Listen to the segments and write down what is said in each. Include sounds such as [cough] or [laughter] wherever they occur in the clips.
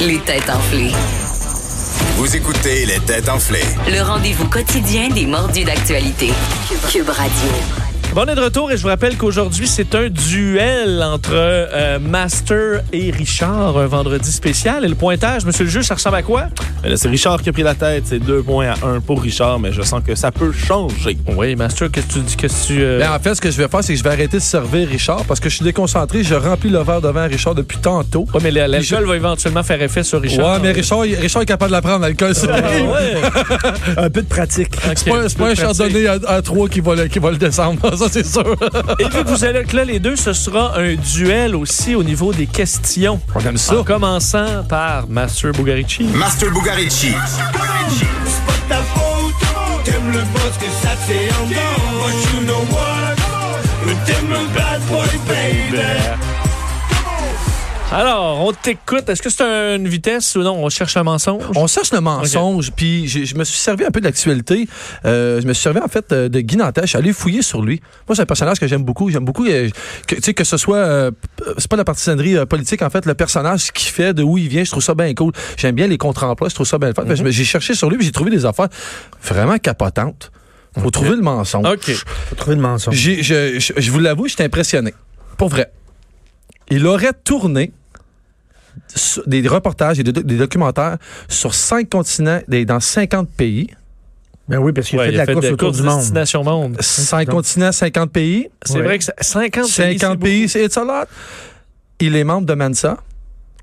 Les têtes enflées. Vous écoutez les têtes enflées. Le rendez-vous quotidien des mordus d'actualité. Cube Radio. Bon, on est de retour et je vous rappelle qu'aujourd'hui, c'est un duel entre euh, Master et Richard, un vendredi spécial. Et le pointage, monsieur le juge, ça ressemble à quoi? Mais là, c'est Richard qui a pris la tête. C'est deux points à un pour Richard, mais je sens que ça peut changer. Oui, Master, qu'est-ce que tu dis? Qu'est-ce que tu. euh, Ben, en fait, ce que je vais faire, c'est que je vais arrêter de servir Richard parce que je suis déconcentré. Je remplis le verre devant Richard depuis tantôt. Ouais, mais la- l'alcool va éventuellement faire effet sur Richard. Ouais, mais Richard, il- Richard est capable de la prendre, l'alcool. C'est Ah, ouais. [laughs] Un peu de pratique. Ok, c'est pas, c'est pas un pratique. chardonnay à, à trois qui va le, qui va le descendre, [laughs] ça c'est sûr. Et vu que vous allez être là, les deux, ce sera un duel aussi au niveau des questions. On aime En commençant par Master Bugarici. Master Bugarici, ta faute. T'aimes le boss que ça te fait en dedans. But you know what? T'aimes le bad boy, baby. Alors, on t'écoute. Est-ce que c'est une vitesse ou non? On cherche un mensonge? On cherche le mensonge, puis j'ai- je me suis servi un peu de l'actualité. Euh, je me suis servi en fait euh, de Guy Nantel. Je suis allé fouiller sur lui. Moi, c'est un personnage que j'aime beaucoup. J'aime beaucoup euh, que, tu sais, que ce soit. euh, p- c'est pas la partisanerie euh, politique, en fait. Le personnage qui fait, de où il vient, je trouve ça bien cool. J'aime bien les contre-emplois, je trouve ça bien le fun. Fait que je me- J'ai cherché sur lui, puis j'ai trouvé des affaires vraiment capotantes. Faut trouver le mensonge. OK. Faut trouver le mensonge. J'ai- je, je- je vous l'avoue, j'étais impressionné. Pour vrai. Il aurait tourné sur- des reportages et des, doc- des documentaires sur cinq continents, des- dans 50 pays. Ben oui, parce qu'il Ouais, fait il de a la fait course de autour du monde. destination monde. Cinq donc- continents, 50 pays. C'est Ouais. vrai que ça- 50 pays. 50 c'est pays, c'est it's a lot. Il est membre de MANSA.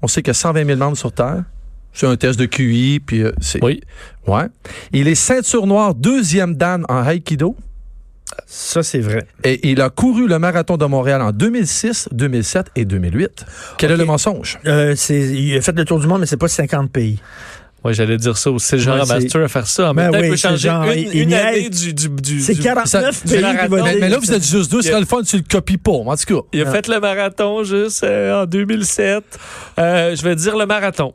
On sait qu'il y a 120 000 membres sur Terre. C'est un test de QI, puis euh, c'est... Oui. Ouais. Il est ceinture noire, deuxième dan en Aikido. Ça, c'est vrai. Et il a couru le marathon de Montréal en 2006, 2007 et 2008. Quel est le mensonge? Euh, c'est- il a fait le tour du monde, mais c'est pas 50 pays. Oui, j'allais dire ça aussi. C'est genre Ouais, à c'est- Master à faire ça. En Ben même temps, il oui, peut c'est changer genre, une, il- une il année aide. du. du, du- C'est du- 49 ça- pays c'est qui marathon. vont Ben, Mais, dire- mais là, vous êtes juste deux, ce serait le fun, tu le copies pas. En tout cas, Il a Ah. fait le marathon juste euh, en 2007. Euh, je vais dire le marathon.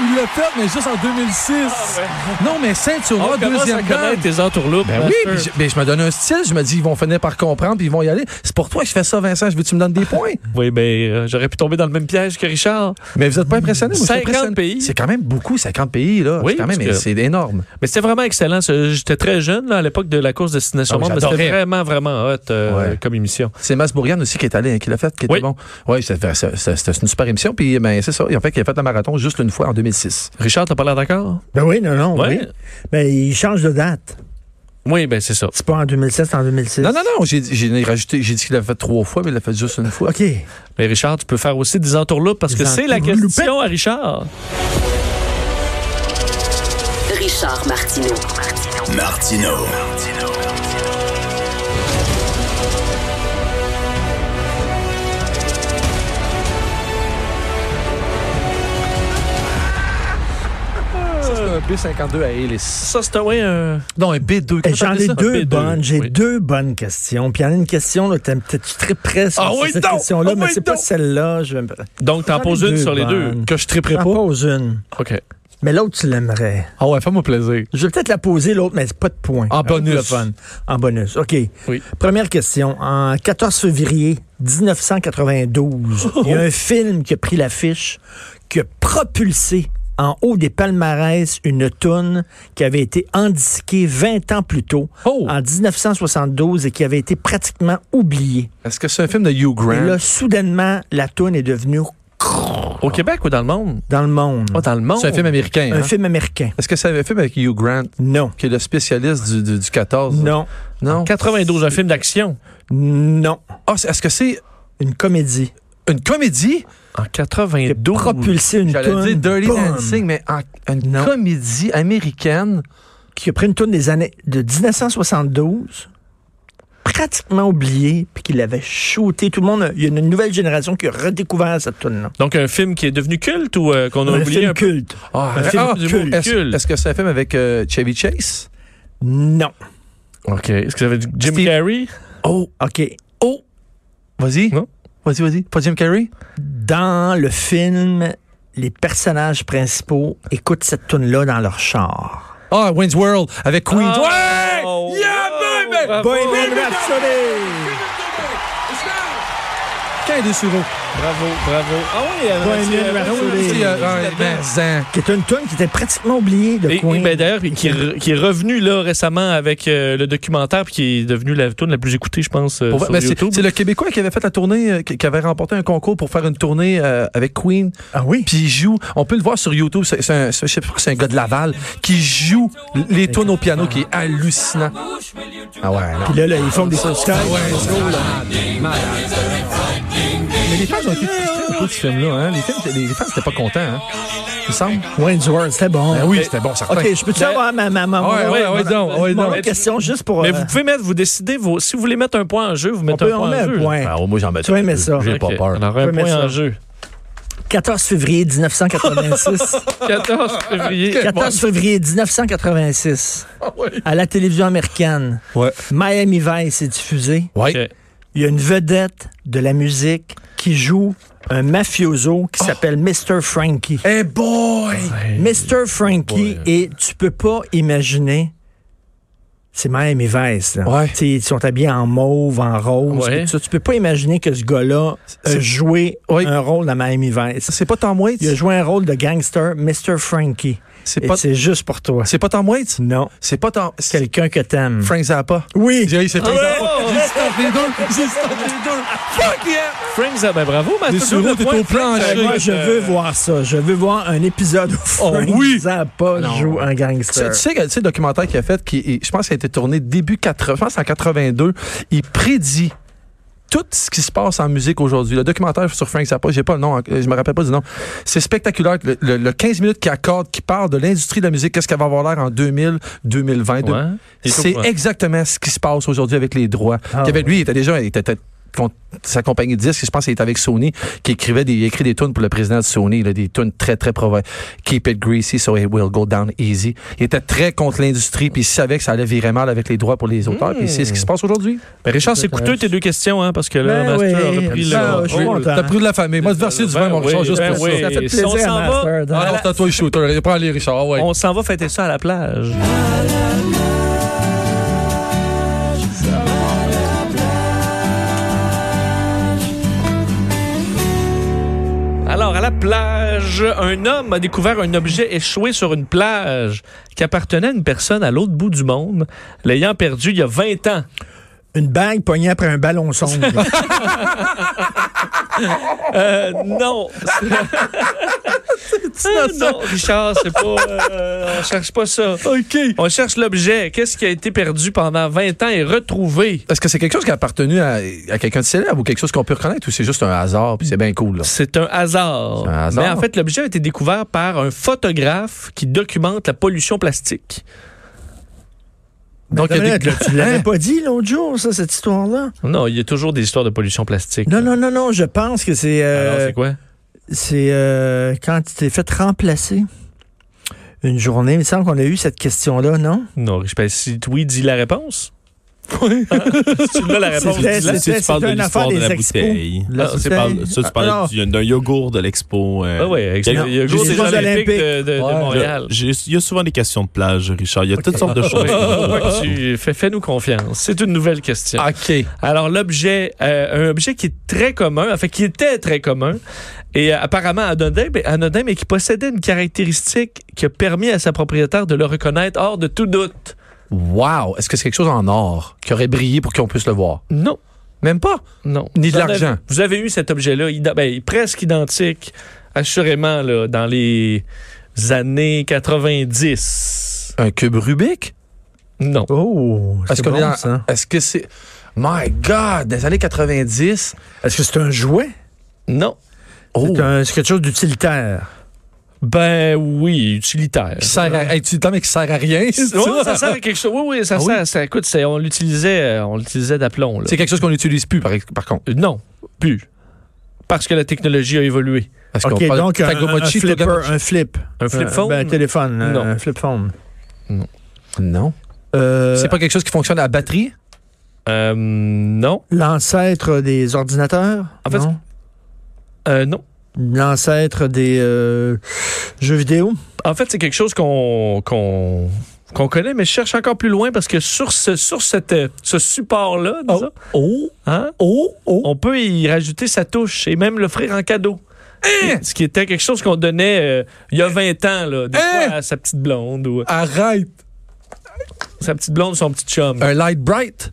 il l'a fait, mais juste en 2006. Ah, Non, mais On ceinture Ah, noire, Oh, commence à deuxième connaître dame. tes entourloupes. Ben oui, mais je, mais je me donne un style. Je me dis, ils vont finir par comprendre, puis ils vont y aller. C'est pour toi que je fais ça, Vincent. Je veux que tu me donnes des points. Oui, ben, euh, j'aurais pu tomber dans le même piège que Richard. Mais vous êtes pas impressionné? Moi, je suis 50 impressionné. pays. C'est quand même beaucoup, 50 pays, là. Oui, c'est quand même, parce que- c'est énorme. Mais c'était vraiment excellent. ce- J'étais très jeune là, à l'époque de la course Destination Ah oui, Monde, mais c'était j'adorais. vraiment, vraiment hot euh, Ouais. comme émission. C'est Masbourian aussi qui est allé, hein, qui l'a fait, qui Oui. était bon. Oui, c'était c'était une super émission. Puis, ben, c'est ça. En fait, il a fait le marathon juste une fois en 2006. Richard, t'as pas l'air d'accord? Ben oui, non, non. Ouais. Oui. Ben, il change de date. Oui, ben c'est ça. C'est pas en 2007, c'est en 2006. Non, non, non. J'ai j'ai rajouté, j'ai dit qu'il l'a fait trois fois, mais il l'a fait juste une [laughs] fois. OK. Eh, Mais Ben, Richard, tu peux faire aussi des entourloupes parce Des que c'est la entourloupes. question à Richard. Richard Martineau. Martino. C'est un B52 à hélice. Ça, c'était ouais, un. Non, un B2. Eh, J'en ai deux P2, bonnes. J'ai oui. deux bonnes questions. Puis il y en a une question, là, t'as- t'as- tu très près sur Ah oui, cette donc! question-là, Ah mais oui, c'est pas donc! celle-là. Je vais me- Donc, t'en J'en ai poses une deux sur les deux. bonnes. Ah, Que je triperais J'en pas. pose une. OK. Mais l'autre, tu l'aimerais. Ah ouais, fais-moi plaisir. Je vais peut-être la poser, l'autre, mais c'est pas de point. En Ah, bonus. c'est le fun. En bonus, OK. Oui. Première question. En 14 février Oh, 1992, il y a un film qui a pris l'affiche, qui a propulsé en haut des palmarès une toune qui avait été indiquée 20 ans plus tôt, Oh! en 1972, et qui avait été pratiquement oubliée. Est-ce que c'est un film de Hugh Grant? Et là, soudainement, la toune est devenue Au Québec ou dans le monde? dans le monde. Oh, Pas dans le monde. c'est un film américain. un hein? film américain. Est-ce que c'est un film avec Hugh Grant, Non. qui est le spécialiste du, du- du 14? Non. Non. 92, un film d'action. Non. Ah, c'est- est-ce que c'est Une comédie. une comédie? En qui a 92. propulsé une toune. J'allais dire Dirty boum, Dancing, mais en- une Non. comédie américaine. Qui a pris une toune des années de 1972, pratiquement oubliée, puis qu'il l'avait shootée. Tout le monde, a- il y a une nouvelle génération qui a redécouvert cette toune-là. Donc, un film qui est devenu culte ou euh, qu'on a Un oublié film un peu? culte. Ah, Un film ah, culte. est-ce, est-ce que c'est un film avec euh, Chevy Chase? Non. OK. Est-ce que ça avait du Jim Steve- Carrey? Oh, OK. oh! Vas-y. Non. Vas-y, vas-y. Pas Jim Carrey? Dans le film, les personnages principaux écoutent cette toune-là dans leur char. Ah, Wayne's World avec Queen. Ah. Ouais! Oh, Yeah, wow, baby! bravo. Bohemian Rhapsody! marquant les deux sureaux. Bravo, bravo. Ah oui, euh, Bohemian Mathieu, euh, Rhapsody. Mathieu, Tu sais, Mathieu, euh, Mathieu, ben, zin. qui est une tonne qui était pratiquement oubliée de Et, Queen. et ben, d'ailleurs, qui, est re- qui est revenu là récemment avec euh, le documentaire, puis qui est devenu la tune la plus écoutée, je pense, euh, Pour vrai, sur ben, c'est YouTube. c'est le Québécois qui avait fait la tournée, euh, qui, qui avait remporté un concours pour faire une tournée euh, avec Queen. ah oui. Puis il joue, on peut le voir sur YouTube, c'est c'est un, c'est- je sais pas, c'est un gars de Laval qui joue les tunes au piano, qui est hallucinant. Ah ouais, non. Puis là, là, ils font des Ah, saucisses. Mais les fans ont été frustrés à cause de ce film-là. Hein? Les, films- les fans n'étaient pas contents, hein? il me semble. World, c'était bon. Ben oui, c'était bon, certain. OK, je peux-tu avoir ma ma ma- Ouais, ma- ouais, ma- ouais, ma- donc, ouais, mon donc. autre question juste pour Mais euh, vous pouvez mettre, vous décidez, vos, si vous voulez mettre un point en jeu, vous on mettez peut un en point en mettre jeu. un point. Ah, oh, moi, j'en mets Tu aimais ça. J'ai pas Ok, peur. On aura un Je mets point ça. en jeu. 14 [laughs] février 1986. 14 février. 14 février 1986. Ah, À la télévision américaine, Ouais. Miami Vice est diffusé. Ouais. Ok. Il y a une vedette de la musique qui joue un mafioso Ah. qui s'appelle Mr. Frankie. Hey boy! Mr. Frankie, et tu peux pas imaginer. C'est Miami Vice. là. Ouais. Tu sais, Ils sont habillés en mauve, en rose. Ouais. pis tout ça. Tu peux pas imaginer que ce gars-là a joué Oui. un rôle dans Miami Vice. C'est pas Tom Waits? Il a joué un rôle de gangster, Mr. Frankie. C'est Et pas, c'est juste pour toi. c'est pas Tom Waits? Non. C'est pas Tom... C'est Quelqu'un que t'aimes. Frank Zappa. Oui. J'ai c'est Frank ouais. Zappa. J'hésite entre les deux. J'hésite entre les deux. Fuck yeah! Frank Zappa, ben bravo, Mathieu. Les sureaux, t'es au plancher. euh, Moi, je veux voir ça. Je veux voir un épisode où Frank Oh, oui. Zappa joue un Tu, gangster. tu sais que tu sais, le documentaire qu'il a fait, qui, est- je pense qu'il a été tourné début 80, je pense en 82, il prédit tout ce qui se passe en musique aujourd'hui. Le documentaire sur Frank Zappa, j'ai pas le nom, en- je me rappelle pas du nom. C'est spectaculaire. Le, le- le 15 minutes qu'il accorde, qui parle de l'industrie de la musique, qu'est-ce qu'elle va avoir l'air en 2000, 2020. deux- Ouais. Et C'est tout, ouais. exactement ce qui se passe aujourd'hui avec les droits. Ah, Il y avait- lui, il était déjà, il était- était con- sa compagnie de disques, je pense qu'il était avec Sony, qui écrivait des, il a écrit des tunes pour le président de Sony, là, des tunes très, très provo- Keep it greasy, so it will go down easy. Il était très contre l'industrie, puis il savait que ça allait virer mal avec les droits pour les auteurs, puis c'est ce qui se passe aujourd'hui. Ben, Richard, c'est coûteux tes deux questions, hein, parce que là, Ben Master oui. a repris le. Ben, je suis contrôle. content. T'as pris de la famille. Moi, je verser du vin, mon Ben Richard, oui, juste ben pour oui. ça. Ça fait Si on plaisir s'en à va, Master. Ah non, c'est à toi le shooter. Prends les Richard, ouais. On s'en va fêter ça à la plage. Alors, à la plage, un homme a découvert un objet échoué sur une plage qui appartenait à une personne à l'autre bout du monde, l'ayant perdu il y a 20 ans. Une bague poignée après un [laughs] ballon sombre. Ah, Euh, [laughs] non. Ah, non, Richard, c'est pas. euh, on cherche pas ça. OK. On cherche l'objet. Qu'est-ce qui a été perdu pendant 20 ans et retrouvé? Est-ce que c'est quelque chose qui a appartenu à, à quelqu'un de célèbre ou quelque chose qu'on peut reconnaître ou c'est juste un hasard puis c'est bien cool? Là? C'est un hasard. C'est un hasard. Mais en fait, l'objet a été découvert par un photographe qui documente la pollution plastique. Ben, Donc, il y a des- Là, tu l'avais pas dit l'autre jour, ça, cette histoire-là? Non, il y a toujours des histoires de pollution plastique. Non, non, non, non, je pense que c'est... euh, Alors, c'est quoi? c'est euh, quand tu t'es fait remplacer une journée. Il me semble qu'on a eu cette question-là, non? Non, Richard, ben, si oui, dis la réponse. Oui. si tu l'as la réponse, C'était- dis-la. c'était- tu parles c'était de une l'histoire affaire de des la expos. bouteille. La Ah, tu parles- bouteille. Ça, tu Ah, non. parles du- d'un yogourt de l'expo. euh, Ah ouais, il y a- il y a J'ai gros des des Jeux Olympiques de, de- de Ouais. Montréal. J'ai- Il y a souvent des questions de plage, Richard. Il y a toutes sortes de [laughs] Ouais, choses. ouais, tu fais, fais-nous confiance. C'est une nouvelle question. OK. Alors l'objet, euh, un objet qui est très commun, enfin qui était très commun, et euh, apparemment anodin, mais, anodin, mais qui possédait une caractéristique qui a permis à sa propriétaire de le reconnaître hors de tout doute. Wow! Est-ce que c'est quelque chose en or qui aurait brillé pour qu'on puisse le voir? Non, Même pas. non. Ni de Vous en avez- l'argent. Vous avez eu cet objet-là, ida- ben, presque identique, assurément, là, dans les années 90. Un cube Rubik? Non. Oh, Est-ce c'est bon, qu'on est dans- ça. Est-ce que c'est. My God! Des années 90. Est-ce que c'est un jouet? Non. Oh! C'est un- c'est quelque chose d'utilitaire. Ben oui, [laughs] utilitaire. Qui sert à. Hey, tu dis tant, mais qui sert à rien. c'est Oui, ça? ça sert à quelque chose. Oui, oui, ça Ah oui? sert. Ça, écoute, c'est- on l'utilisait, euh, on l'utilisait d'aplomb. là. C'est quelque chose qu'on n'utilise plus, par, par contre. Euh, Non, plus. Parce que la technologie a évolué. Parce OK, qu'on parle donc de un, un Tagomachi, flipper, Togamatsu. un flip. Un flip Euh, phone? ben, un téléphone, un- Non. un flip phone. Non. Euh, c'est pas quelque chose qui fonctionne à la batterie? Euh, non. L'ancêtre des ordinateurs? En fait, non? Euh, non. L'ancêtre des euh, jeux vidéo? En fait, c'est quelque chose qu'on qu'on qu'on connaît, mais je cherche encore plus loin parce que sur ce, sur cette, euh, ce support-là, disons, Oh, hein, oh, oh. on peut y rajouter sa touche et même l'offrir en cadeau. Eh! Ce qui était quelque chose qu'on donnait euh, il y a 20 ans, là, des Hein? fois à sa petite blonde ou Arrête. sa petite blonde, son petit chum. Un light bright.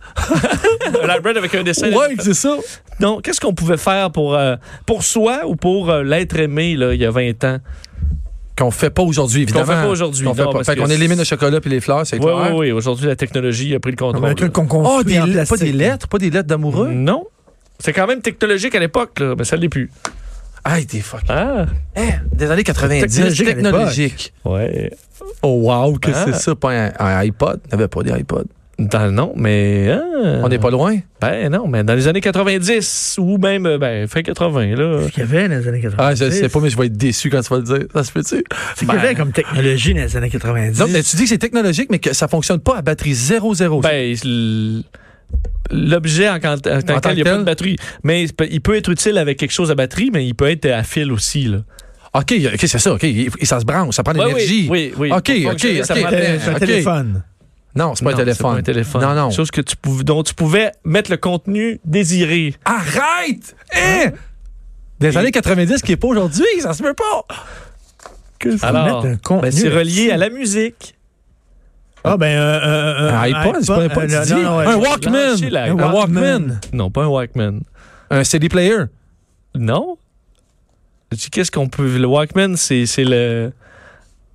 Un labrador avec un dessin. Ouais, c'est ça. Donc, qu'est-ce qu'on pouvait faire pour, euh, pour soi ou pour euh, l'être aimé là, il y a 20 ans? Qu'on fait pas aujourd'hui, Qu'on évidemment. fait pas aujourd'hui, Qu'on fait non, pas. parce Fait que qu'on c'est- élimine le chocolat puis les fleurs, c'est Oui, clair. oui, oui. Aujourd'hui, la technologie a pris le Comme un contrôle. truc là. qu'on Oh, construit des en lettres, pas plastique. des lettres, pas des lettres d'amoureux. Non. C'est quand même technologique à l'époque, là. mais ça ne l'est plus. Aïe, des fuck. Ah, Hein? Des années 90, Technologique à l'époque. technologique. ouais. Oh, wow, qu'est-ce Ah. que c'est ça? Pas un, un iPod. Il n'y avait pas d'iPod. Dans, non, mais. hein, On n'est pas loin. Ben non, mais dans les années 90 ou même ben, fin 80, là. qu'il y avait dans les années 90. Ah, je sais pas, mais je vais être déçu quand tu vas le dire. Ça se peut-tu? Ben, C'est qu'il y avait comme technologie dans les années 90. Non, mais tu dis que c'est technologique, mais que ça fonctionne pas à batterie 0,0. Ben, l- l'objet en, quant- en tant tant que tel, il que n'y a pas tel. de batterie. Mais il peut- il peut être utile avec quelque chose à batterie, mais il peut être à fil aussi, là. OK, OK, c'est ça. OK, il- il- ça se branche, ça prend de Ouais, l'énergie. oui, oui, oui. OK, Euh, Pour OK, fonctionner, OK. ça prend de C'était- c'est Euh, un OK. téléphone. Non, c'est pas Non, un téléphone. c'est pas un téléphone. Non, non. Chose que tu pouvais, dont tu pouvais mettre le contenu désiré. Arrête! Hein? Des années 90 qui est pas aujourd'hui, ça se peut pas. Que faut Alors, mettre un ben, contenu c'est relié là-dessus. à la musique. Ah, ben, euh, euh, euh, Un iPod, c'est pas un iPod, euh, tu non, dis? non, ouais. Un Walkman! Lâcher la- Un Walkman! Non, pas un Walkman. Un CD player. Non. Je dis, Qu'est-ce qu'on peut. Le Walkman, c'est c'est le.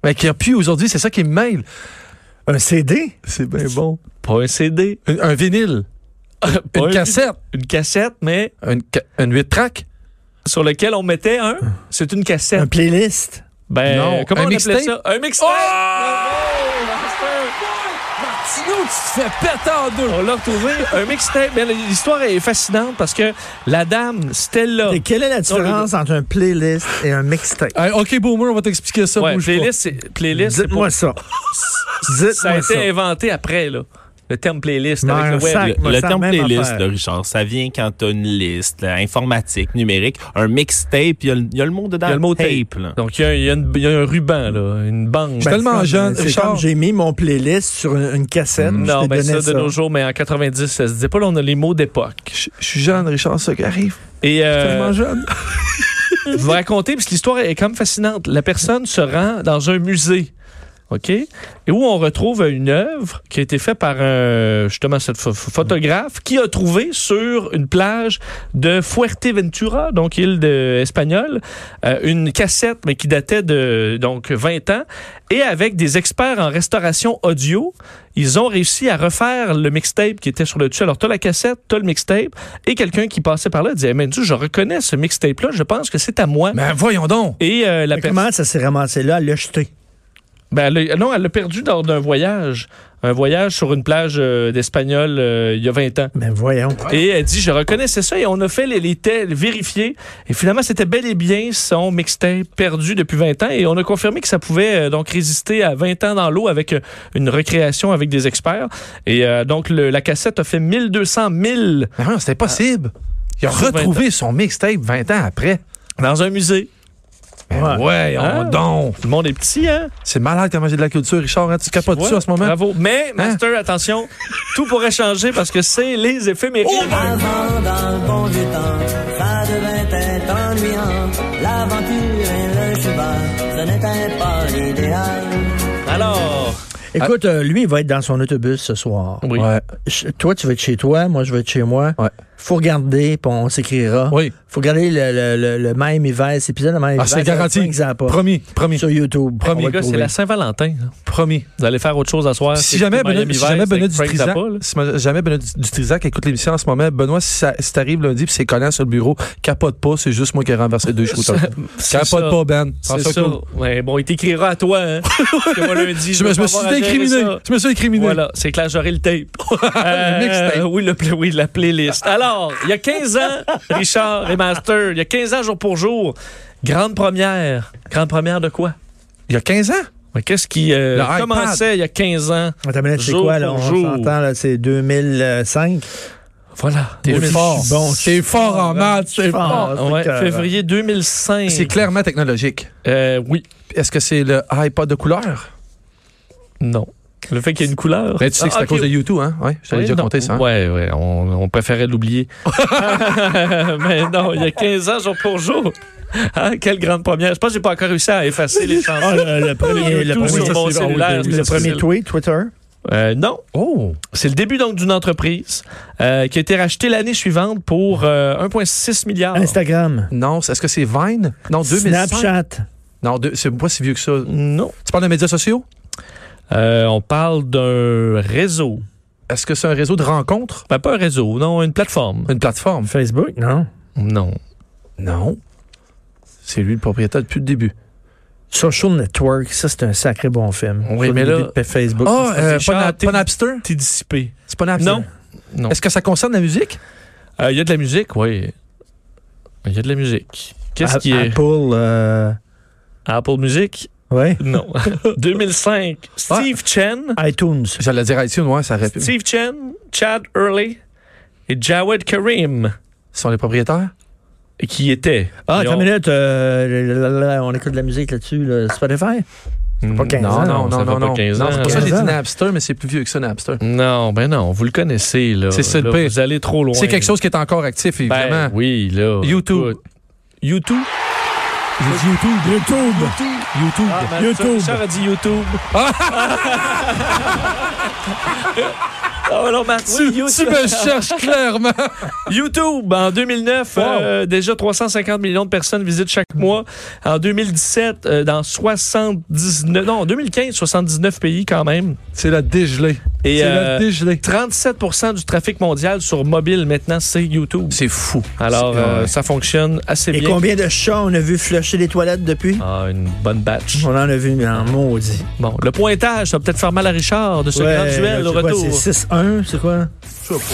Mais qui a plus aujourd'hui, c'est ça qui me mêle. Un CD? C'est bien bon. Pas un CD. Un, un vinyle. Pas [laughs] Une un- cassette. Une cassette, mais Une, ca- une 8 track. sur lequel on mettait un. C'est une Un cassette. playlist? Ben, Non, comment un on appelait mixtape? Oh! ça? Un mixtape! Sinon, tu te fais péter en deux. On l'a retrouvé, un mixtape. Mais L'histoire est fascinante parce que la dame, Stella. Et quelle est la différence entre un playlist et un mixtape? Hey, OK, Boomer, on va t'expliquer ça. Ouais, bouge pas. playlist, c'est playlist, c'est pour- Dites-moi ça. ça a Dites-moi été ça. inventé après, là. Le terme playlist Mais un avec le web. sac. là. Le, Moi, le ça, terme même playlist, affaire. là, Richard, ça vient quand t'as une liste là, informatique, numérique, un mixtape, il y, a le- il y a le mot dedans. Il y a le mot tape. là. Donc, il y a- il y, a une- il y a un ruban, là, une bande. Ben, tellement c'est comme- jeune, c'est Richard. comme J'ai mis mon playlist sur une, une cassette. puis je non, t'ai ben donné ça, de nos jours, mais en 90, ça se disait pas, là, on a les mots d'époque. Je je suis jeune, Richard, ça qui arrive. Et euh, jeune. je vais vous raconter, parce que l'histoire est quand même fascinante. La personne se rend dans un musée, OK? Et où on retrouve une œuvre qui a été faite par un, justement cette pho- photographe qui a trouvé sur une plage de Fuerteventura, donc île de espagnole, euh, une cassette, mais qui datait de donc 20 ans. Et avec des experts en restauration audio, ils ont réussi à refaire le mixtape qui était sur le dessus. Alors, t'as la cassette, t'as le mixtape, et quelqu'un qui passait par là disait, Eh, mais tu, je reconnais ce mixtape-là, je pense que c'est à moi. [laughs] Mais voyons donc. Et euh, la Mais personne... Comment ça s'est ramassé là? Elle l'a jeté. Ben, elle a- non, elle l'a perdu lors d'un voyage. Un voyage sur une plage euh, d'Espagnol euh, il y a 20 ans. Mais Ben, voyons. Ah. Et elle dit, je reconnaissais ça. Et on a fait les, les tests, vérifier. Et finalement, c'était bel et bien son mixtape perdu depuis 20 ans. Et on a confirmé que ça pouvait euh, donc résister à 20 ans dans l'eau avec euh, une recréation avec des experts. Et euh, donc, le- la cassette a fait 1200 000 Mais voyons, c'était possible. Il a Ah, Sur 20 retrouvé son mixtape 20 ans après. dans un musée. Mais Ouais. voyons Hein? donc. Le monde est petit, hein? C'est malade comment j'ai de la culture, Richard. hein? Tu capotes dessus Ouais, en ce moment? Hein? Bravo. Mais, Master, attention, tout pourrait changer parce que c'est les éphémérides. Oh Avant dans le bon vieux temps, ça devait être ennuyant. L'aventure et le cheval, ce n'était pas l'idéal. Alors, Écoute, euh, lui, il va être dans son autobus ce soir. oui. Ouais. Ch- Toi, tu vas être chez toi, moi, je vais être chez moi. Ouais. Faut regarder, puis on s'écrira. Oui. Faut regarder le, le, le, le même hiver, cet épisode de même Ah, hiver. c'est garanti. Promis. Promis, promis, Sur YouTube. Les Promis. On va le Ah, gars, c'est trouver. la Saint-Valentin. là. promis. Vous allez faire autre chose à soir. Si jamais, Benoît, si jamais Benoît Dutrisac, Trisac. si ma- jamais Benoît Dutrisac écoute l'émission en ce moment, Benoît, si, ça- si t'arrives lundi pis c'est collant sur le bureau, capote pas, c'est juste moi qui ai renversé [laughs] deux shooters. C'est ça. Capote pas, Ben. Prends C'est ça. cool. Ouais, bon, il t'écrira à toi. [laughs] Hein, parce que moi, lundi, Je me, vais je me pas suis avoir à gérer incriminé. ça. Je me suis incriminé. Voilà, c'est clair, j'aurai le [laughs] tape. Euh, mixtape. oui, le pla- oui, la playlist. Alors, il y a 15 ans, Richard et Master, il y a 15 ans jour pour jour, grande première. Grande première de quoi? Il y a 15 ans? Mais Qu'est-ce qui euh, Le iPad. commençait il y a 15 ans? Attends, mais là, c'est Jour quoi, là? pour On jour. s'entend, là, c'est 2005. Voilà. T'es fort. Bon, T'es fort en maths. t'es fort. fort. Ah, c'est Ouais, écœurant. février 2005. C'est clairement technologique. Euh, oui. Est-ce que c'est le iPod de couleur? Non. Le fait qu'il y ait une couleur. Ben, tu sais que c'est Ah, à ok, cause de YouTube, hein? Ouais, je t'avais Oui, déjà non. compté ça. hein? Ouais, ouais, on, on préférait [laughs] l'oublier. [laughs] Mais non, il y a 15 ans, jour pour jour. Hein, quelle grande première. Je pense que j'ai pas encore réussi à effacer les [laughs] chansons. Ah, le, le [laughs] premier, le Tout premier- sur mon le cellulaire, premier c'est facile. tweet, Twitter. Euh, non, Oh! c'est le début donc d'une entreprise euh, qui a été rachetée l'année suivante pour euh, 1,6 Ah. milliard. Instagram. Non, c'est- est-ce que c'est Vine? Non, 2005. Snapchat. Non, deux- c'est pas si vieux que ça. Non. Tu parles de médias sociaux? Euh, on parle d'un réseau. Est-ce que c'est un réseau de rencontres? Ben, pas un réseau, non, une plateforme. Une plateforme? Facebook, non. Non. Non. C'est lui le propriétaire depuis le début. Social Network, ça, c'est un sacré bon film. Oui, Sur mais le là- début de Facebook. Ah, c'est euh, Richard pas, Na- T- pas Napster? T'es dissipé. C'est pas Napster? Non. Non. Est-ce que ça concerne la musique? Euh, Il y a de la musique, oui. Il y a de la musique. Qu'est-ce A- Ah, qui est Apple. euh, Apple Music? ouais. [laughs] Non. 2005. Steve Chen, iTunes. J'allais dire iTunes, ouais, ça répète. Steve Chen, Chad Hurley et Jawed Karim, Ils sont les propriétaires? qui étaient. Ils Ah, attends ont- une minute. euh, là, là, là, on écoute de la musique là-dessus. Là. Spotify? pas 15 non, ça non, non, ans, fait non, pas non. 15 Non, c'est ans. pour ça que j'ai 15 dit ans. Napster, mais c'est plus vieux que ça, Napster. Non, ben non, vous le connaissez, là. C'est ça, le Là, pire. Vous allez trop loin. C'est quelque chose qui est encore actif, Ben, évidemment. oui, là. YouTube. écoute. YouTube? YouTube. Ah, ben, YouTube. YouTube. YouTube. Ah. Richard a dit YouTube. [laughs] oh non, Mathieu, Tu YouTube. me cherches clairement. [laughs] YouTube, en 2009, Wow. euh, déjà 350 millions de personnes visitent chaque mois. En 2017, euh, dans 79... Non, en 2015, 79 pays quand même. C'est la dégelée. Et C'est euh, la dégelée. 37 du trafic mondial sur mobile maintenant, c'est YouTube. C'est fou. Alors, C'est- euh, ouais. ça fonctionne assez Et bien. combien de chats on a vu flusher les toilettes depuis? Ah, une bonne batch. On en a vu en maudit. Bon, le pointage, ça va peut-être faire mal à Richard de ce grand duel là, au c'est quoi, retour. C'est 6-1, c'est quoi?